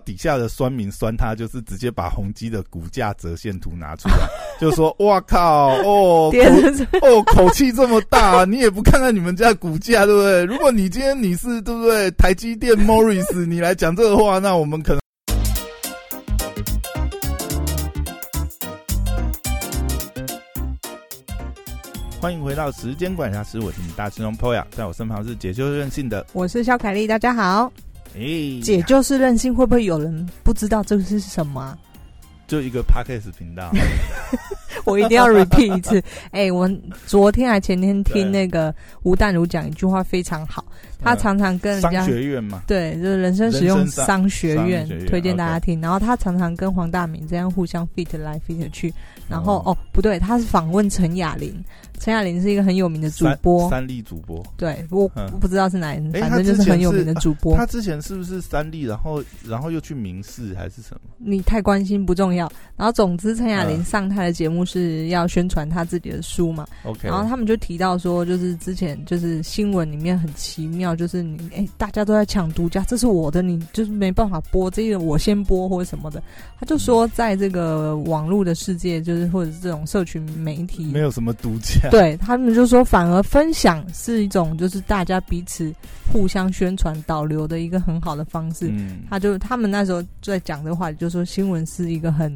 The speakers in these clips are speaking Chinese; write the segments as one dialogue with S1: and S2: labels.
S1: 底下的酸民酸他，就是直接把宏基的股价折线图拿出来， 就说：“哇靠， 哦，
S2: 跌
S1: 口
S2: 成这
S1: 哦，口气这么大， 你也不看看你们家股价，对不对？如果你今天你是对不对台积电 Morris，你 来讲这个话，那我们可能。”欢迎回到时间管辖师，我是你大师兄 Poya，在我身旁是解救任性的，
S2: 我是肖凯丽，大家好。
S1: 嗯诶、
S2: 解就是任性，会不会有人不知道这个是什么啊、
S1: 就一个 Podcast 频道，呃
S2: 我一定要 repeat 一 次。哎、我昨天还前天听那个吴淡如讲一句话非常好，他常常跟人
S1: 嗯商
S2: 家
S1: 学院嘛，
S2: 对，就是人生使用
S1: 人生商
S2: 商学院
S1: 商学院
S2: 推荐大家
S1: OK
S2: 听。然后他常常跟黄大明这样互相 fit 来 fit 去。然后
S1: 哦
S2: 哦不对，他是访问陈雅玲，陈雅玲是一个很有名的主
S1: 三
S2: 播。
S1: 三立主播，
S2: 对，我
S1: 嗯
S2: 我不知道是哪人，
S1: 诶
S2: 反
S1: 他
S2: 正就
S1: 之
S2: 是
S1: 前
S2: 很有
S1: 是
S2: 名的主播。
S1: 他之前是不是三立，然后然后又去明视还是什么？
S2: 你太关心不重要。然后总之，陈雅玲
S1: 嗯
S2: 上她的节目是要宣传她自己的书嘛，
S1: OK，
S2: 然后他们就提到说，就是之前就是新闻里面很奇妙，就是你哎、大家都在抢独家，这是我的，你就是没办法播，这个我先播或者什么的。他就说，在这个网络的世界，就是或者是这种社群媒体，
S1: 嗯没有什么独家，
S2: 对他们就说，反而分享是一种就是大家彼此互相宣传导流的一个很好的方式。
S1: 嗯，
S2: 他就他们那时候就在讲这个话，就说新闻是一个很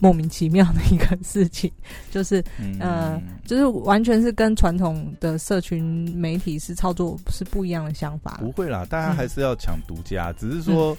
S2: 莫名其妙的一个事情，就是
S1: 嗯
S2: 呃就是完全是跟传统的社群媒体是操作是不一样的想法。
S1: 不会啦，大家还
S2: 嗯
S1: 是要抢独家，只是说，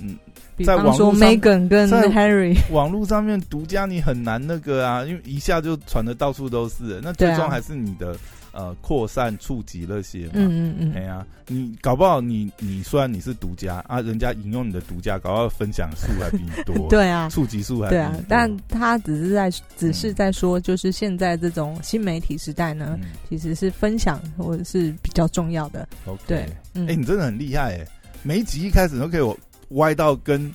S1: 嗯，
S2: 比
S1: 在
S2: 方
S1: 网
S2: 说
S1: 络上
S2: Megan 跟
S1: 在
S2: Harry，
S1: 网络上面独家你很难那个啊，因为一下就传的到处都是，那最
S2: 对啊
S1: 终还是你的呃扩散触及那些嘛，
S2: 嗯嗯
S1: 哎
S2: 嗯，，、
S1: 呀、你搞不好你你虽然你是独家啊，人家引用你的独家，搞不好分享数还比你多
S2: 对啊。
S1: 触及数还比
S2: 对
S1: 你
S2: 啊
S1: 多，
S2: 但他只是在只是在说，就是现在这种新媒体时代呢，
S1: 嗯
S2: 其实是分享或者是比较重要的。
S1: ，OK，
S2: 对
S1: 哎、
S2: 嗯，
S1: 你真的很厉害哎、每一集一开始都给我歪到 跟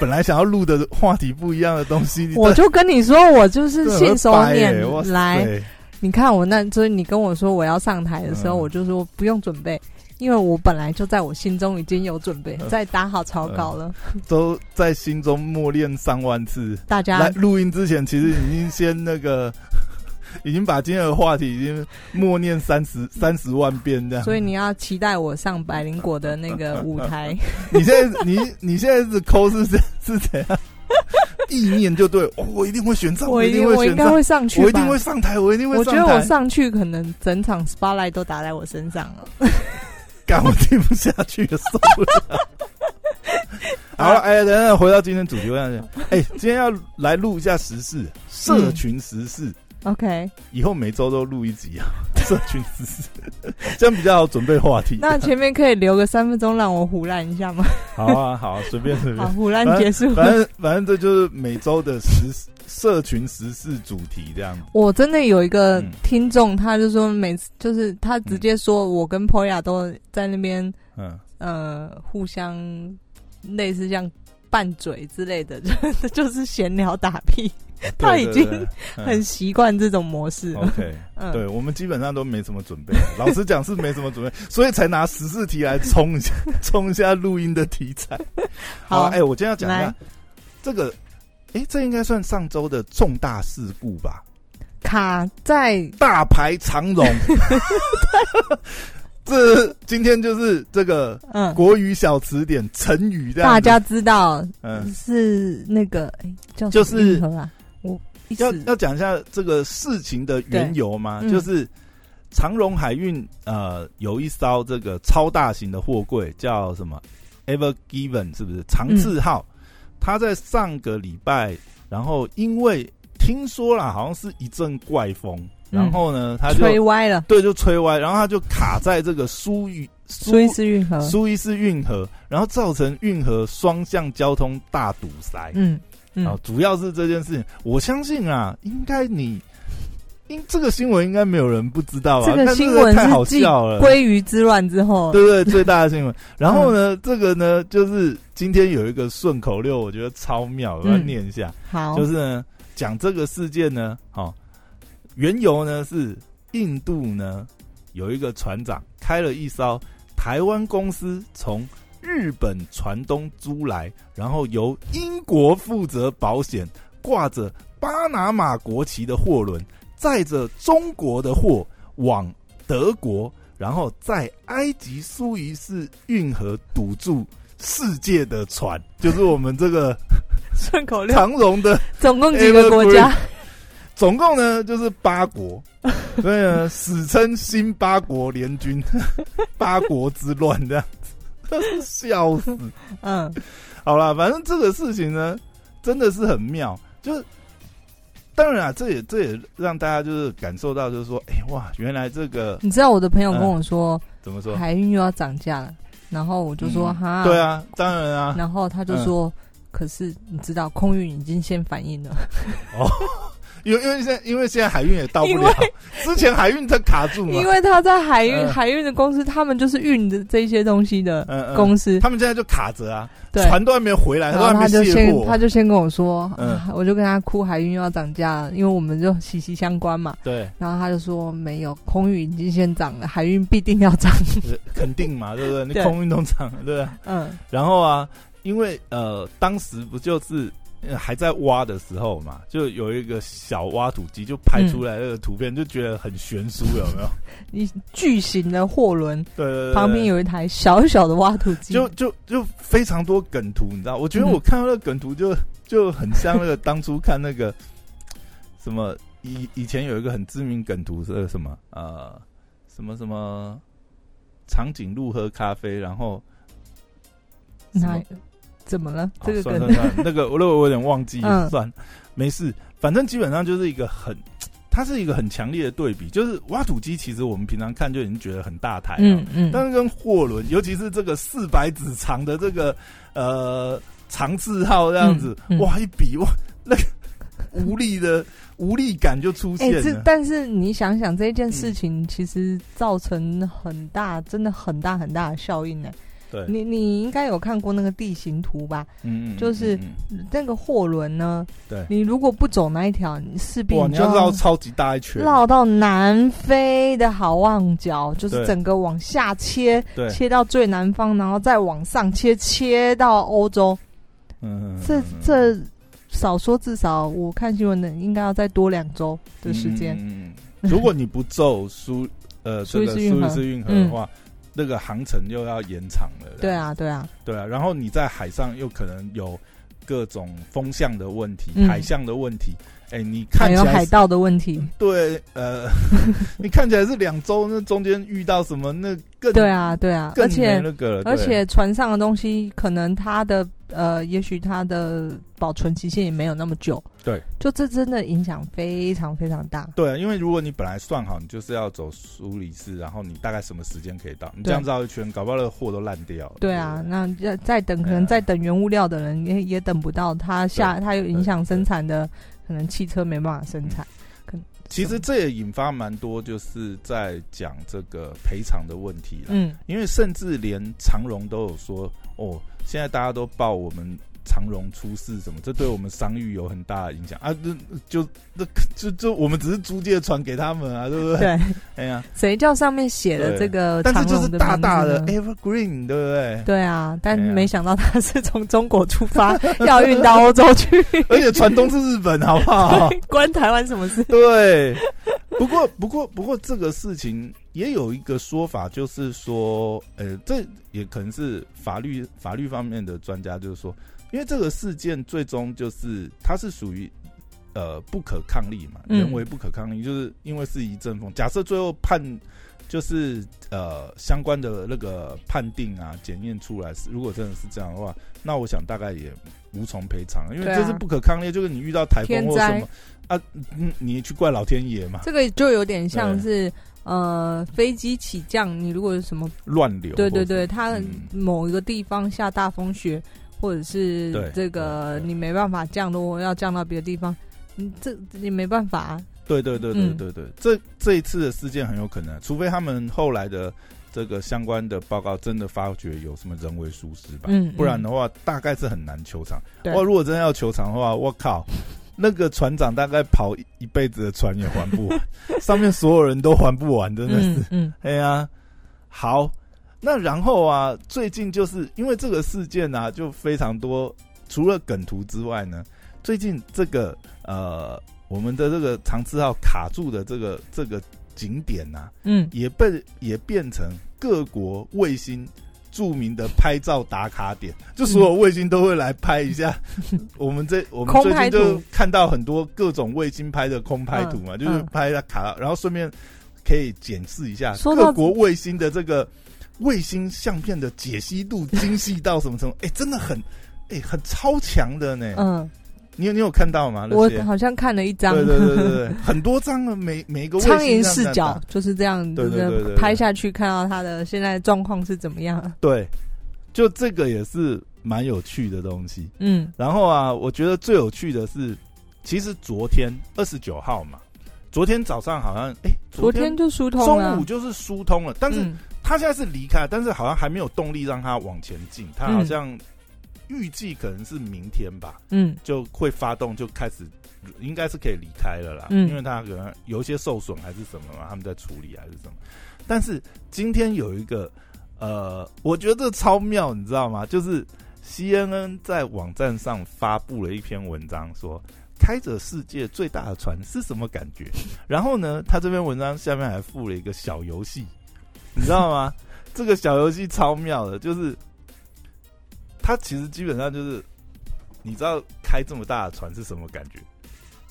S1: 本来想要录的话题不一样的东西，你
S2: 我
S1: 真
S2: 就跟你说，我就是
S1: 的
S2: 信手
S1: 很掰
S2: 拈
S1: 哎哇
S2: 来，
S1: 塞
S2: 你看我那，所以你跟我说我要上台的时候，
S1: 嗯
S2: 我就说不用准备，因为我本来就在我心中已经有准
S1: 嗯
S2: 备，在打好草稿了。
S1: 都在心中默念上万次。
S2: 大
S1: 来
S2: 家
S1: 录音之前，其实已经先那个， 已经把今天的话题已经默念三十三十万遍这样。
S2: 所以你要期待我上百灵果的那个舞 台。
S1: 你现在你你现在是抠是是是怎样？意念就对，哦，我一定会选上，
S2: 我
S1: 一
S2: 一
S1: 定
S2: 定
S1: 会
S2: 我应
S1: 选
S2: 该
S1: 上，
S2: 会上去吧。
S1: 我一定会上台，我一定会
S2: 我
S1: 上
S2: 觉
S1: 台。
S2: 得我上去可能整场 spotlight 都打在我身上了。
S1: 干，我听不下去了，受不了。好了，哎，等等，回到今天主题，我想想，哎，今天要来录一下时事，社群时事，
S2: OK，
S1: 以后每周都录一集啊， 社群时事，这样比较好准备话题。
S2: 那前面可以留个三分钟让我胡乱一下吗？
S1: 好啊，好啊，随便随
S2: 好，
S1: 便，
S2: 胡乱结束。
S1: 反正反正这就是每周的时事社群时事主题这样子。
S2: 我真的有一个
S1: 嗯
S2: 听众，他就说每次就是他直接说我跟 Poya 都在那边。
S1: 嗯，
S2: 呃互相类似像拌嘴之类的， 就是就是闲聊打屁，他已经很
S1: 很
S2: 习惯这种模式了。
S1: OK。
S2: 嗯，
S1: 嗯哦对我们基本上都没什么准备， 老实讲是没什么准备，所以才拿十四题来冲一下， 冲一下录音的题材。
S2: 好，
S1: 哎，我今天要讲一下
S2: 来
S1: 这个，哎，这应该算上周的重大事故吧？
S2: 卡在
S1: 大排长龙， 这今天就是这个
S2: 嗯，
S1: 国语小词典成语这样子，
S2: 大家知道
S1: 嗯，
S2: 是那个哎叫
S1: 就
S2: 什么
S1: 是
S2: 硬核啊，我一
S1: 要
S2: 时
S1: 要讲一下这个事情的缘由吗？
S2: 对嗯
S1: 就是长荣海运呃有一艘这个超大型的货柜叫什么 Ever Given 是不是长治号？它在上个礼拜，然后因为听说啦，好像是一阵怪风，
S2: 嗯
S1: 然后呢，它就
S2: 吹歪了，
S1: 对就吹歪，然后它就卡在这个苏伊苏
S2: 所以是运河，
S1: 苏伊士运河，然后造成运河双向交通大堵塞。
S2: 嗯嗯
S1: 啊，，主要是这件事情，我相信啊，应该你，应这个新闻应该没有人不知道吧？
S2: 这个
S1: 但
S2: 新闻
S1: 太好
S2: 是继
S1: 笑了，
S2: 鲑鱼之乱之后，
S1: 对不对？最大的新 闻。然后
S2: 嗯
S1: 呢，这个呢，就是今天有一个顺口溜，我觉得超妙，我要
S2: 嗯
S1: 念一下，
S2: 好
S1: 就，是呢，讲这个事件呢，好、缘由呢是印度呢有一个船长开了一艘台湾公司从日本船东租来，然后由英国负责保险，挂着巴拿马国旗的货轮，载着中国的货往德国，然后在埃及苏伊士运河堵住世界的船，就是我们这个
S2: 顺口溜，
S1: 长荣的
S2: 总共几
S1: 哎
S2: 个国家？
S1: 总共呢就是八 国，所以呢史称新八国联军， 八国之乱这样子， 笑死。
S2: 嗯，
S1: 好啦，反正这个事情呢，真的是很妙，就是。当然啊，这也这也让大家就是感受到，就是说，哎、哇，原来这个
S2: 你知道我的朋友跟我说，
S1: 怎么说？
S2: 海运又要涨价了，然后我就说
S1: 嗯
S2: 哈，
S1: 对，啊，当然啊，
S2: 然后他就说。可是你知道，空运已经先反应了，
S1: 因为因为现在因为现在海运也到不
S2: 因
S1: 了
S2: 为，
S1: 之前海运它卡住嘛
S2: 因，为他在海运、
S1: 嗯
S2: 海运的公司，他们就是运的这些东西的
S1: 嗯嗯
S2: 公司，
S1: 他们现在就卡着啊，
S2: 对，
S1: 船都还没有回来，
S2: 然
S1: 都
S2: 后
S1: 还
S2: 他
S1: 没
S2: 就
S1: 卸
S2: 先
S1: 货，
S2: 他就先跟我说，
S1: 嗯
S2: 啊我就跟他哭海运又要涨价了，因为我们就息息相关嘛。
S1: 对，
S2: 然后他就说没有，空运已经先涨了，海运必定要涨。
S1: 呃肯定 嘛，对不对？你
S2: 对
S1: 空运动场，对不对？
S2: 嗯
S1: 然后啊，因为呃，当时不就是呃还在挖的时候嘛，就有一个小挖土机就拍出来那个图片，就觉得很悬殊，有 没有？
S2: 一巨型的货轮
S1: 对对对对
S2: 旁边。有一台小小的挖土机，
S1: 就就就非常多梗图，你知道？我觉得我看到那个梗图就就很像那个当初看那个什么以以前有一个很知名梗图是什么呃什么什么长颈鹿喝咖啡，然后什么
S2: 哪怎么了？
S1: 好
S2: 这个
S1: 啊算
S2: 梗
S1: 算算，那个我那个我有点忘记，
S2: 嗯
S1: 算没事，反正基本上就是一个很，它是一个很强烈的对比，就是挖土机，其实我们平常看就已经觉得很大台了，
S2: 嗯嗯，
S1: 但是跟货轮，尤其是这个四百指长的这个呃长字号这样子，
S2: 嗯嗯
S1: 哇，一比哇，那个 无力的无力感就出
S2: 哎、
S1: 现
S2: 这
S1: 了。
S2: 但是你想想这件事情，其实造成很大，真的很大很大的效应呢、
S1: 对，
S2: 你你应该有看过那个地形图吧？
S1: 嗯嗯，
S2: 就是
S1: 嗯嗯
S2: 那个货轮呢？
S1: 对
S2: 你如果不走那一条，你势必
S1: 哇，
S2: 你
S1: 你
S2: 就
S1: 要绕超级大一圈，
S2: 绕到南非的好望角，就是
S1: 对
S2: 整个往下切，
S1: 对，
S2: 切到最南方，然后再往上切，切到欧洲。
S1: 嗯，嗯
S2: 这
S1: 嗯嗯
S2: 这少说至少，我看新闻的应该要再多两周的时间。
S1: 嗯嗯嗯如果你不奏苏呃这
S2: 苏
S1: 个苏
S2: 伊士运河嗯
S1: 伊士运河的话，那个航程又要延长了。
S2: 对，啊，对啊，
S1: 对啊。然后你在海上又可能有各种风向的问题、
S2: 嗯
S1: 海象的问题。哎，你看
S2: 还
S1: 起
S2: 有
S1: 来
S2: 海
S1: 是
S2: 盗的问题。
S1: 对呃， 你看起来是两周，那中间遇到什么那更
S2: 对，啊，对啊，
S1: 更
S2: 而且
S1: 没那个了，对
S2: 而且船上的东西，可能它的呃，也许它的保存期限也没有那么久。
S1: 对，
S2: 就这真的影响非常非常大。
S1: 对，啊因为如果你本来算好，你就是要走苏黎世，然后你大概什么时间可以到？你这
S2: 对
S1: 样绕一圈，搞不好那个货都烂掉了。
S2: 对啊，
S1: 不
S2: 那要再等，可能再等原物料的人也也等不到，它下它有影响生产的，可能汽车没办法生产。
S1: 其实这也引发蛮多，就是在讲这个赔偿的问题啦。
S2: 嗯，
S1: 因为甚至连长荣都有说，哦，现在大家都报我们长荣出事什么，这对我们商誉有很大的影响啊。这就那就就我们只是租借船给他们啊，对不对？
S2: 对，
S1: 哎呀，
S2: 谁叫上面写的
S1: 对
S2: 这个
S1: 但是
S2: 长
S1: 就
S2: 荣
S1: 是
S2: 的
S1: 大大的
S2: 名字呢
S1: Evergreen，对不对？
S2: 对啊，但
S1: 哎呀
S2: 没想到它是从中国出发， 要运到欧洲去，
S1: 而且船东是日本，好不好？
S2: 关台湾什么事？
S1: 对， 不过不过不过这个事情也有一个说法，就是说，呃，这也可能是法律法律方面的专家，就是说，因为这个事件最终就是它是属于呃不可抗力嘛，
S2: 嗯
S1: 人为不可抗力，就是因为是一阵风。假设最后判就是呃相关的那个判定啊检验出来是，如果真的是这样的话，那我想大概也无从赔偿了，因为
S2: 对啊
S1: 这是不可抗力，就是你遇到台风
S2: 天
S1: 或什
S2: 灾
S1: 么。啊，嗯，你去怪老天爷嘛，
S2: 这个就有点像是呃飞机起降，你如果有什么
S1: 乱流。
S2: 对对
S1: 或者
S2: 对，它
S1: 嗯
S2: 某一个地方下大风雪，或者是
S1: 对
S2: 这个
S1: 对对
S2: 你没办法降落，要降到别的地方，你这也没办法、啊。
S1: 对对对对对对，这这一次的事件很有可能，啊除非他们后来的这个相关的报告真的发觉有什么人为疏失吧，
S2: 嗯，
S1: 不然
S2: 嗯
S1: 的话大概是很难求偿。
S2: 对
S1: 哇，如果真的要求偿的话，我靠！那个船长大概跑一一辈子的船也
S2: 嗯
S1: 还不完，上面所有人都还不完，真的是。
S2: 嗯嗯，
S1: 哎呀，好，那然后啊，最近就是因为这个事件啊，就非常多。除了梗图之外呢，最近这个呃，我们的这个长治号卡住的这个这个景点呐、啊，
S2: 嗯，
S1: 也被也变成各国卫星著名的拍照打卡点，就所有卫星都会来拍一下。我们这我们
S2: 嗯空
S1: 最
S2: 拍
S1: 近
S2: 图
S1: 就看到很多各种卫星拍的空拍图嘛，
S2: 嗯
S1: 就是
S2: 嗯
S1: 拍了卡，然后顺便可以检视一下
S2: 说到
S1: 各国卫星的这个卫星相片的解析度精细到什么 程度？哎、真的很哎、很超强的 呢。
S2: 嗯，
S1: 你有你有看到吗？那
S2: 我
S1: 些
S2: 好像看了一张
S1: 对对对对对，很多张啊，每每一个卫星
S2: 苍
S1: 这
S2: 蝇
S1: 样
S2: 视
S1: 这样
S2: 角
S1: 打，
S2: 就是这样，
S1: 对
S2: 就
S1: 对对对
S2: 是
S1: 对
S2: 拍下去看到它的现在状况是怎么样。
S1: 对，就这个也是蛮有趣的东西。
S2: 嗯
S1: 然后啊，我觉得最有趣的是，其实昨天二十九号嘛，昨天早上好像哎、
S2: 昨天
S1: 天
S2: 就疏通了，啊
S1: 中午就是疏通了，但是
S2: 嗯
S1: 他现在是离开，但是好像还没有动力让他往前进，他好像预计可能是明天吧，
S2: 嗯
S1: 就会发动，就开始应该是可以离开了啦，
S2: 嗯
S1: 因为他可能有一些受损还是什么嘛，他们在处理还是什么。但是今天有一个呃，我觉得超妙，你知道吗？就是 CNN 在网站上发布了一篇文章说。开着世界最大的船是什么感觉？然后呢，他这篇文章下面还附了一个小游戏，你知道 吗？这个小游戏超妙的，就是它其实基本上就是你知道开这么大的船是什么感觉？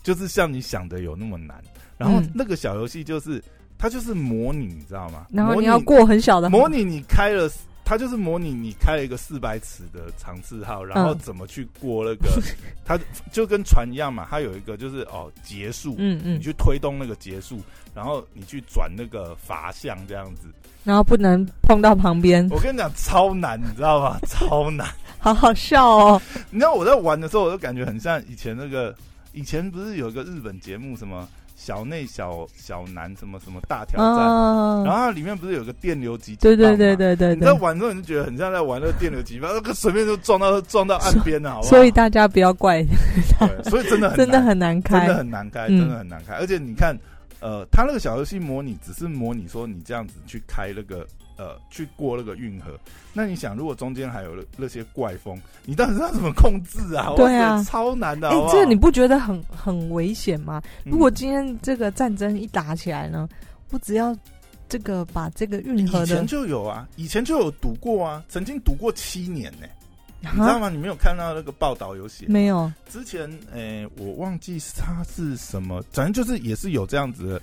S1: 就是像你想的有那么难。然后
S2: 嗯
S1: 那个小游戏就是它就是模拟，你知道吗？
S2: 然后
S1: 模
S2: 你
S1: 拟
S2: 要过很小的
S1: 模拟你开了，它就是模拟你开了一个四百尺的长次号，然
S2: 嗯
S1: 后怎么去过那个，它就跟船一样嘛，它有一个就是哦结束。
S2: 嗯
S1: 你
S2: 嗯，
S1: 去推动那个结束，然后你去转那个阀向，这样子。
S2: 然后不能碰到旁边，
S1: 我跟你讲，超难，你知道吗？超难。
S2: 好好笑哦。
S1: 你知道我在玩的时候，我就感觉很像以前那个，以前不是有一个日本节目什么小内小小南什么什么大挑战，
S2: 嗯
S1: 然，后它里面不是有个电流极
S2: 对
S1: 极棒
S2: 对
S1: 吗
S2: 对。对对
S1: 你在
S2: 对，
S1: 玩的时候，你就觉得很像在玩那个电流极棒，那个随便就撞到撞到岸边了，啊好不好？
S2: 所以大家不要怪，
S1: 对所以真的很
S2: 真的
S1: 难
S2: 很难
S1: 真
S2: 开
S1: 的。很难开，
S2: 嗯
S1: 真的很难开。而且你看，呃，它那个小游戏模拟只是模拟说你这样子去开那个呃，去过那个运河。那你想，如果中间还有那那些怪风，你到底是要怎么控制啊？
S2: 对啊
S1: 哇塞超难的。
S2: 哎
S1: 好不，好
S2: 这个你不觉得很很危险吗？
S1: 嗯
S2: 如果今天这个战争一打起来呢，我只要这个把这个运河
S1: 以
S2: 的
S1: 前，就有啊，以前就有赌过啊，曾经赌过七年呢、你知道
S2: 啊
S1: 吗？你没有看到那个报道有写，
S2: 没有，
S1: 之前诶、我忘记他是什么，反正就是也是有这样子的，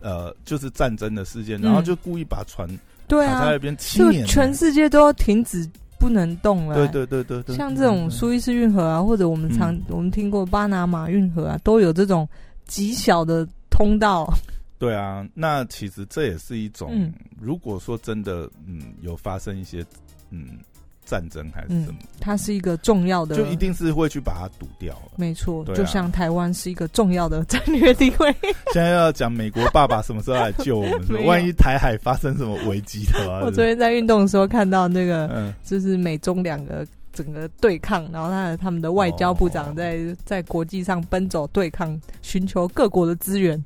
S1: 呃，就是战争的事件，然后
S2: 嗯
S1: 就故意把船
S2: 对
S1: 卡在
S2: 啊
S1: 那，边七
S2: 这个
S1: 年呢、
S2: 全世界都要停止不能动了。
S1: 对对对对对，
S2: 像这种
S1: 对
S2: 苏伊士运河啊，或者我们常、
S1: 嗯
S2: 我们听过巴拿马运河啊，都有这种极小的通道。
S1: 对啊，那其实这也是一种，
S2: 嗯
S1: 如果说真的，嗯，有发生一些嗯战争还
S2: 嗯
S1: 是什么，
S2: 它是一个重要的，。
S1: 就一定是会去把它堵掉了
S2: 没错，
S1: 对啊
S2: 就像台湾是一个重要的 战略地 位。
S1: 现在要讲美国爸爸什么时候来救我们
S2: 没，有
S1: 万一台海发生什么危机的话，
S2: 我昨天在运动的时候看到那个，
S1: 嗯，
S2: 就是美中两个整个对抗，然后他他们的外交部
S1: 哦
S2: 长在、在国际上奔走对抗，寻求各国的资源。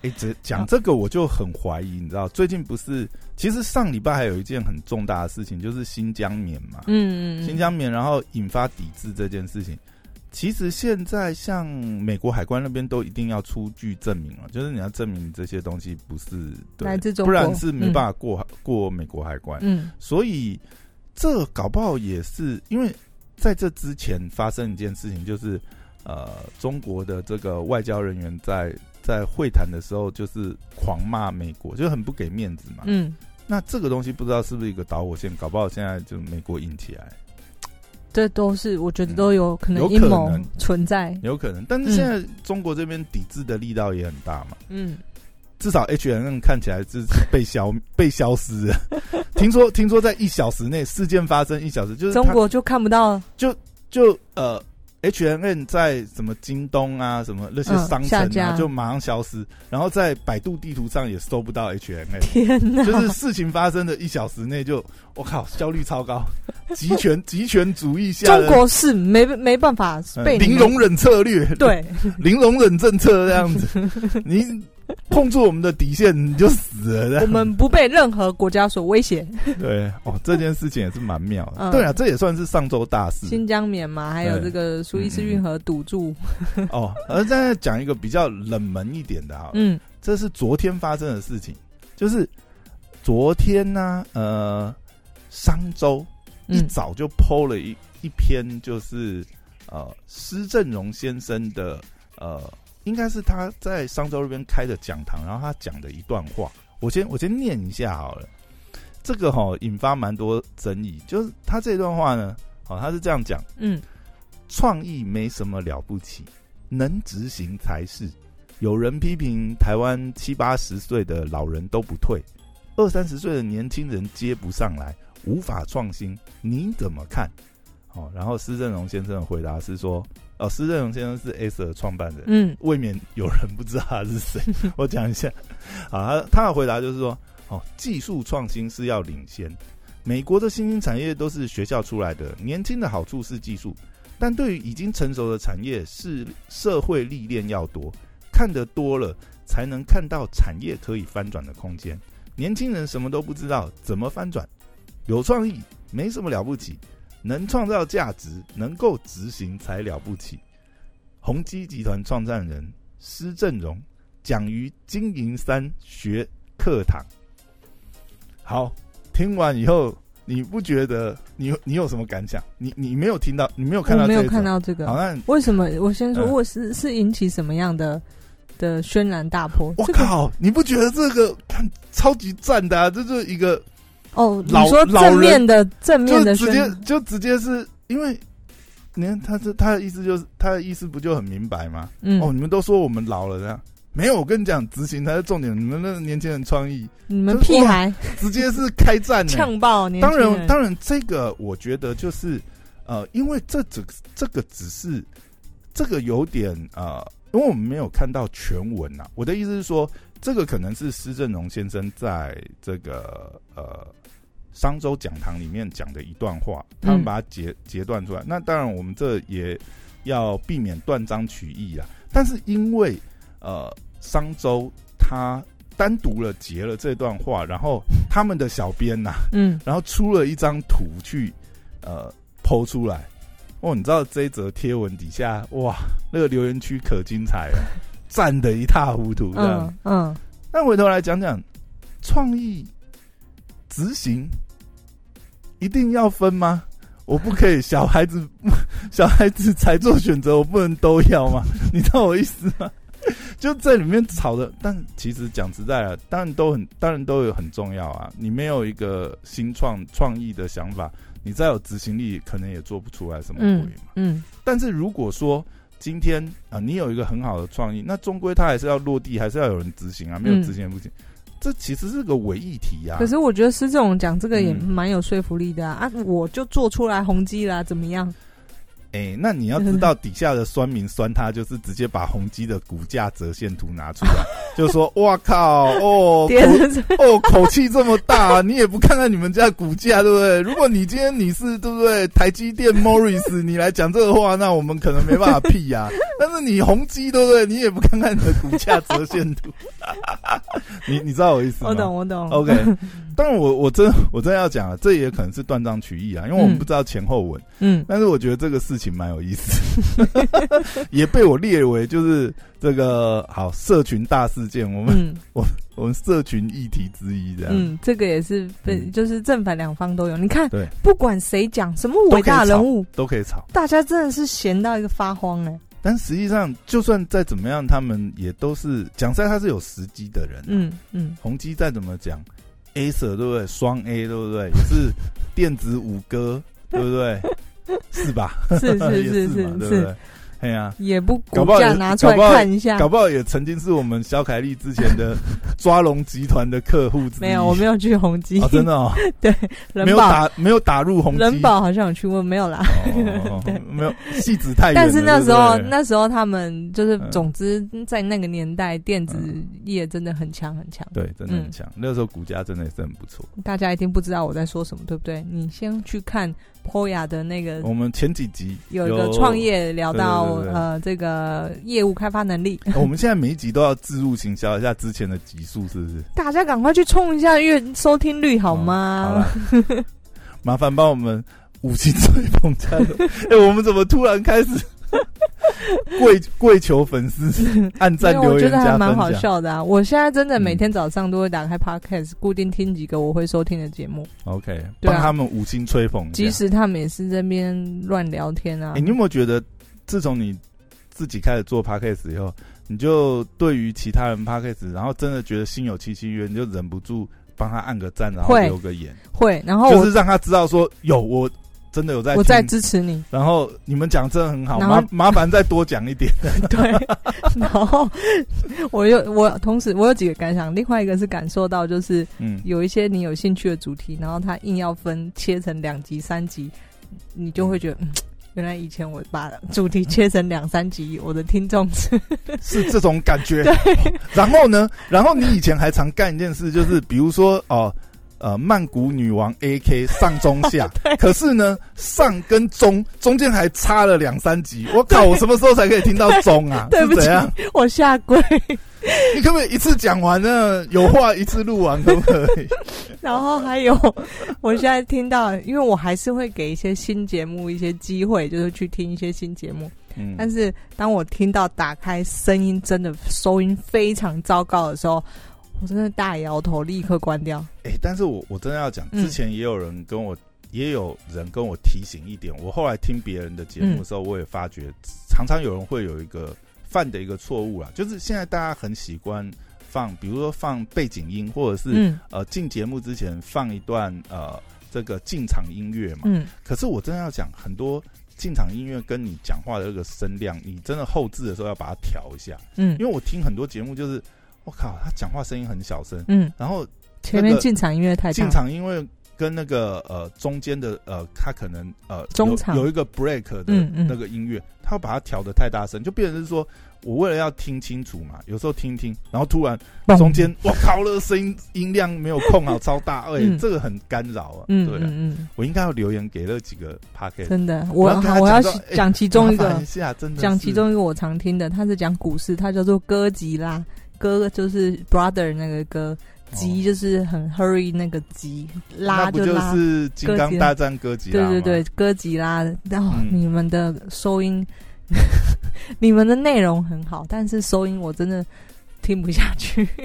S1: 哎，这讲这个我就很怀疑，你知道，最近不是，其实上礼拜还有一件很重大的事情，就是新疆棉嘛，
S2: 嗯
S1: 新疆棉，然后引发抵制这件事情。其实现在像美国海关那边都一定要出具证明了，就是你要证明这些东西不是对
S2: 来自，中
S1: 不
S2: 国
S1: 然是没办法过、过美国海关。
S2: 嗯
S1: 所以这搞不好也是因为在这之前发生一件事情，就是呃，中国的这个外交人员在在会谈的时候就是狂骂美国，就很不给面子嘛。
S2: 嗯，
S1: 那这个东西不知道是不是一个导火线，搞不好现在就美国引起来。
S2: 这都是我觉得都有可
S1: 嗯
S2: 能
S1: 有可
S2: 阴谋
S1: 能
S2: 存在。
S1: 有可能，但是现在中国这边抵制的力道也很大嘛，
S2: 嗯，
S1: 至少 H N N 看起来是被消 被消失了。 听说听说在一小时内事件发生一小时，就是它
S2: 中国就看不到
S1: 就呃 H N N 在什么京东啊什么那些
S2: 嗯
S1: 商
S2: 下
S1: 城
S2: 架
S1: 啊、就马上消失，然后在百度地图上也搜不到 H N N。
S2: 天哪，
S1: 就是事情发生的一小时内就，我靠，效率超高，集权集权主义下
S2: 中
S1: 的
S2: 国是没没办法
S1: 呃
S2: 被你
S1: 零
S2: 们
S1: 容忍策略，
S2: 对，
S1: 零容忍政策这样子，你碰触我们的底线你就死了。这样
S2: 我们不被任何国家所威胁。
S1: 对哦，这件事情也是蛮妙的。
S2: 嗯
S1: 对啊，这也算是上周大事
S2: 新疆棉嘛，还有这个苏伊士运河堵住，
S1: 哦。而再讲一个比较冷门一点的啊，
S2: 嗯
S1: 这是昨天发生的事情，就是昨天呢、呃，商周一
S2: 嗯
S1: 早就剖了一一篇，就是呃施正荣先生的呃，应该是他在商周那边开的讲堂，然后他讲的一段话，我先我先念一下好了。这个哈、引发蛮多争议，就是他这段话呢，哦，他是这样讲：
S2: 嗯
S1: 创意没什么了不起，能执行才是。有人批评台湾七八十岁的老人都不退，二三十岁的年轻人接不上来，无法创新，你怎么看？哦，然后施正荣先生的回答是说，哦，施正荣先生是 S 的创办人，
S2: 嗯
S1: 未免有人不知道他是谁。我讲一下，啊，他的回答就是说，哦，技术创新是要领先。美国的新兴产业都是学校出来的，年轻的好处是技术，但对于已经成熟的产业，是社会历练要多，看得多了才能看到产业可以翻转的空间。年轻人什么都不知道，怎么翻转？有创意没什么了不起，能创造价值，能够执行才了不起。宏基集团创办人施正荣讲于金银山学课堂。好，听完以后，你不觉得你你有什么感想？你你没有听到，你没有看到
S2: 我
S1: 这
S2: 没
S1: 一
S2: 有
S1: 种，
S2: 看到这
S1: 好，
S2: 个，
S1: 那
S2: 为什么？我先说，
S1: 嗯
S2: 我是是引起什么样的的轩然大波？
S1: 我
S2: 这个
S1: 靠，你不觉得这个看超级赞的、啊？这就是一个，
S2: 哦，你
S1: 老
S2: 说
S1: 老
S2: 正面
S1: 人
S2: 的正面
S1: 就
S2: 的
S1: 直
S2: 宣
S1: 接就直接是因为，你看他这他的意思就是他的意思不就很明白吗？
S2: 嗯，
S1: 哦，你们都说我们老了呢，没有，我跟你讲，执行才是重点。你们那个年轻人创意
S2: 你们
S1: 就是
S2: 屁
S1: 哇
S2: 孩
S1: 直接是开战呢、
S2: 呛爆年
S1: 当
S2: 轻
S1: 然，
S2: 人，
S1: 当然，这个我觉得就是呃，因为这只这个只是这个有点呃，因为我们没有看到全文呐、我的意思是说，这个可能是施正荣先生在这个呃商周讲堂里面讲的一段话，他们
S2: 嗯
S1: 把它截截断出来。那当然，我们这也要避免断章取义啊。但是因为呃，商周他单独了截了这段话，然后他们的小编呐、
S2: 嗯
S1: 然后出了一张图去呃剖出来。哦，你知道这一则贴文底下哇，那个留言区可精彩了，赞的一塌糊涂这样。
S2: 嗯嗯，
S1: 那回头来讲讲创意执行，一定要分吗？我不可以，小孩子 小孩子才做选择，我不能都要吗？ 你知道我意思吗？ 就在里面吵的，但其实讲实在的，啊当然都很，当然都有很重要啊。你没有一个新创创意的想法，你再有执行力，可能也做不出来什么鬼
S2: 嗯
S1: 嘛。
S2: 嗯
S1: 但是如果说今天啊、你有一个很好的创意，那终归它还是要落地，还是要有人执行啊，没有
S2: 嗯
S1: 执行也不行。这其实是个伪议题呀、
S2: 可是我觉得施这种讲这个也
S1: 嗯
S2: 蛮有说服力的啊！啊我就做出来宏基啦，怎么样？
S1: 哎、那你要知道底下的酸民酸他，就是直接把宏基的股价折线图拿出 来，就说：“哇靠，哦，
S2: 跌
S1: 口
S2: 成这
S1: 哦，口气这么大，啊你也不看看你们家股价，对不对？如果你今天你是对不对台积 电 Morris，你来讲这个话，那我们可能没办法屁呀、但是你宏基，对不对？你也不看看你的股价折线图， 你你知道我哦意思吗？
S2: 我懂，我懂。
S1: OK，当然我我真我真的要讲了，啊这也可能是断章取义啊，因为我们
S2: 嗯
S1: 不知道前后文。
S2: 嗯
S1: 但是我觉得这个事情蛮有意思， 也被我列为就是这个好社群大事件，我们、
S2: 嗯
S1: 我们社群议题之一这样。
S2: 嗯，这个也是被
S1: 嗯
S2: 就是正反两方都有。你看
S1: 对，
S2: 不管谁讲什么伟大人物，
S1: 都可以吵。
S2: 大家真的是闲到一个发慌哎。
S1: 但实际上，就算再怎么样，他们也都是讲实在他是有时机的人。
S2: 嗯嗯
S1: 宏基再怎么讲，A 社对不对？双 A 对不对？也是电子五哥对不 对？是吧？
S2: 嗯是是
S1: 也是
S2: 是
S1: 嘛，
S2: 是
S1: 对不
S2: 是，
S1: 对？哎呀、
S2: 也不
S1: 搞
S2: 股
S1: 不好
S2: 价
S1: 也
S2: 拿出来
S1: 搞不好
S2: 看一下
S1: 搞。不好也曾经是我们小凯丽之前的抓龙集团的客户之一。
S2: 没有，我没有去宏基
S1: 哦，，真的哦，没
S2: 人
S1: 有
S2: 保
S1: 打没有打入宏基。哦
S2: 人保好像有去问，没有啦。
S1: 哦，哦哦没有戏子太远了。
S2: 但是那
S1: 对不
S2: 时候，
S1: 对
S2: 那时候他们就是
S1: 嗯，
S2: 总之在那个年代，电子
S1: 嗯
S2: 业真的很强很强。
S1: 对真的很
S2: 嗯
S1: 强，那时候股价真的也是很不错。
S2: 大家一定不知道我在说什么，对不对？你先去看 Poya 的那个
S1: 我们前几集
S2: 有一个创业聊
S1: 对对
S2: 到有
S1: 哦对对对
S2: 呃这个业务开发能力，
S1: 哦我们现在每一集都要自入行销一下之前的集数，是不是？哦
S2: 大家赶快去冲一下月收听率好
S1: 好
S2: 吗？
S1: 啦 麻烦帮我们五星吹捧加油！ 哎、我们怎么突然开始 跪跪求粉丝 按赞
S2: 因为
S1: 留
S2: 我觉
S1: 言
S2: 得还
S1: 加
S2: 蛮
S1: 分
S2: 好
S1: 享
S2: 笑的啊！我现在真的每
S1: 嗯
S2: 天早上都会打开 podcast，、固定听几个我会收听的节目，
S1: 嗯？OK，
S2: 对啊
S1: 帮、他们五星吹捧一下。
S2: 即使他们也是这边乱聊天啊。
S1: 哎、你有没有觉得，自从你自己开始做 podcast 以后，你就对于其他人 podcast，然后真的觉得心有戚戚焉，你就忍不住帮他按个赞，然后
S2: 会
S1: 留个言，
S2: 会，然后我、
S1: 就是让他知道说有我真的有在
S2: 我在
S1: 听
S2: 支持你，
S1: 然后你们讲真的很好，
S2: 然后
S1: 麻麻烦再多讲一点。
S2: 对。然后我有我同时我有几个感想，另外一个是感受到就是
S1: 嗯，
S2: 有一些你有兴趣的主题，然后他硬要分切成两集、三集，你就会觉得，嗯，原来以前我把主题切成两三集，我的听众是
S1: 是这种感觉。然后呢，然后你以前还常干一件事，就是比如说哦。呃，曼谷女王 A K 上中 下，可是呢，上跟中中间还差了两三集。我靠，我什么时候才可以听到中啊？
S2: 对对不
S1: 是
S2: 起
S1: 怎样？
S2: 我下跪，
S1: 你可不可以一次讲完呢？有话一次录完，可不可 以？
S2: 然后还有我现在听到，因为我还是会给一些新节目一些机会，就是去听一些新节目，
S1: 嗯，
S2: 但是当我听到打开声音真的收音非常糟糕的时候，我真的大摇头，立刻关掉。
S1: 哎、但是我我真的要讲，
S2: 嗯
S1: 之前也有人跟我，也有人跟我提醒一点。我后来听别人的节
S2: 嗯
S1: 目的时候，我也发觉，常常有人会有一个犯的一个错误啦，就是现在大家很习惯放，比如说放背景音，或者是、
S2: 嗯
S1: 呃进节目之前放一段呃这个进场音乐嘛。
S2: 嗯，
S1: 可是我真的要讲，很多进场音乐跟你讲话的那个声量，你真的后置的时候要把它调一下，
S2: 嗯
S1: 因为我听很多节目就是，我靠，他讲话声音很小声，
S2: 嗯，
S1: 然后。那
S2: 前面
S1: 个
S2: 进场音乐太大
S1: 进，场因为跟那个呃中间的呃，他可能呃
S2: 中场
S1: 有有一个 break 的
S2: 嗯嗯
S1: 那个音乐，他要把它调的太大声，就变成是说我为了要听清楚嘛，有时候听一听，然后突然
S2: 嘣
S1: 中间我靠，那个声音音量没有控好，超大，哎、
S2: 嗯
S1: 这个很干扰啊。
S2: 嗯
S1: 对啊，
S2: 嗯
S1: 我应该要留言给那几个 packet，
S2: 真的，我
S1: 然后跟他
S2: 我要
S1: 讲说哎
S2: 讲其中一
S1: 麻烦
S2: 个
S1: 一，下，真的
S2: 讲
S1: 是
S2: 其中一个我常听的，他是讲股市，他叫做哥吉拉，哥就是 brother 那个哥，吉
S1: 哦
S2: 就是很 hurry 那个吉，拉
S1: 那不就
S2: 拉。
S1: 是金
S2: 哥
S1: 刚
S2: 吉拉
S1: 大战哥吉拉吗？
S2: 对对对，哥吉拉，然、后
S1: 嗯
S2: 你们的收音， 你们的内容很好，但是收音我真的听不下去。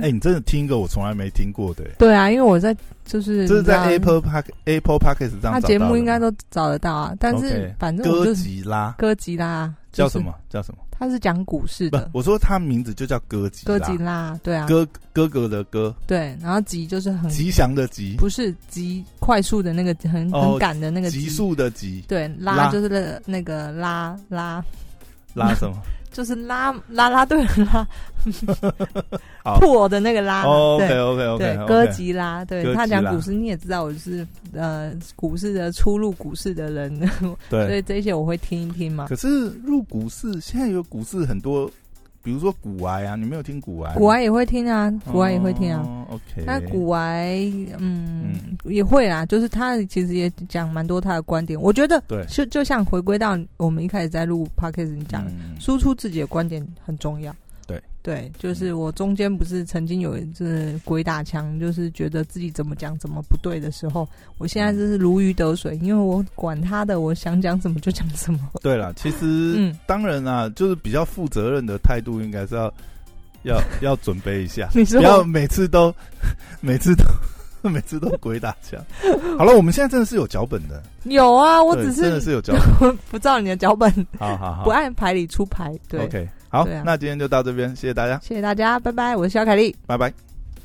S1: 哎、你真的听一个我从来没听过的、哎
S2: 对啊，因为我在就是
S1: 这是在
S2: 你知道
S1: Apple Park Apple Podcast 上
S2: 他
S1: 找
S2: 节
S1: 到
S2: 目
S1: 的
S2: 应
S1: 吗
S2: 该都找得到啊，但是
S1: OK，
S2: 反正我
S1: 哥
S2: 就是
S1: 吉拉
S2: 哥吉拉
S1: 叫什？么？叫什么？
S2: 就是他是讲股市
S1: 不
S2: 的，
S1: 我说他名字就叫哥吉拉
S2: 哥吉拉，对啊，
S1: 哥哥哥的哥，
S2: 对，然后吉就是很
S1: 吉祥的吉，
S2: 不是急快速的那个很
S1: 哦
S2: 很赶的那个
S1: 急
S2: 急，
S1: 速的急，
S2: 对，
S1: 拉
S2: 拉就是那个那个拉拉
S1: 拉什 么？
S2: 就是拉拉拉队的拉
S1: 好，
S2: 破的那个拉，
S1: 哦，OK
S2: 啊对
S1: OK
S2: 对
S1: OK，，
S2: 哥吉拉，
S1: 哥吉拉
S2: 对他讲股市，你也知道我是呃股市的初入股市的人， 所
S1: 对。
S2: 以这些我会听一听嘛。
S1: 可是入股市，现在有股市很多，比如说股癌啊，你没有听股癌？
S2: 古玩也会听啊，古玩也会听啊。
S1: 哦，OK，
S2: 那古玩，嗯，也会啦，就是他其实也讲蛮多他的观点，我觉得
S1: 对
S2: 就就像回归到我们一开始在录 podcast 你讲的，
S1: 嗯
S2: 输出自己的观点很重要。
S1: 对嗯
S2: 对，就是我中间不是曾经有一次鬼打墙，就是觉得自己怎么讲怎么不对的时候，我现在就是如鱼得
S1: 嗯
S2: 水，因为我管他的，我想讲什么就讲什么。
S1: 对了，其实
S2: 嗯，
S1: 当然啦，就是比较负责任的态度，应该是要要要准备一下。
S2: 你说
S1: 不要每次都 每次都 每次都鬼打 墙。好了，我们现在真的是有脚本的，
S2: 有啊，我
S1: 对
S2: 只
S1: 真
S2: 是
S1: 的是有脚本。
S2: 不照你的脚本，
S1: 好好好
S2: 不按牌理出牌。对
S1: o k 好，
S2: 对啊
S1: 那今天就到这边，谢谢大家，
S2: 谢谢大家，拜拜，我是小凯丽。
S1: 拜拜。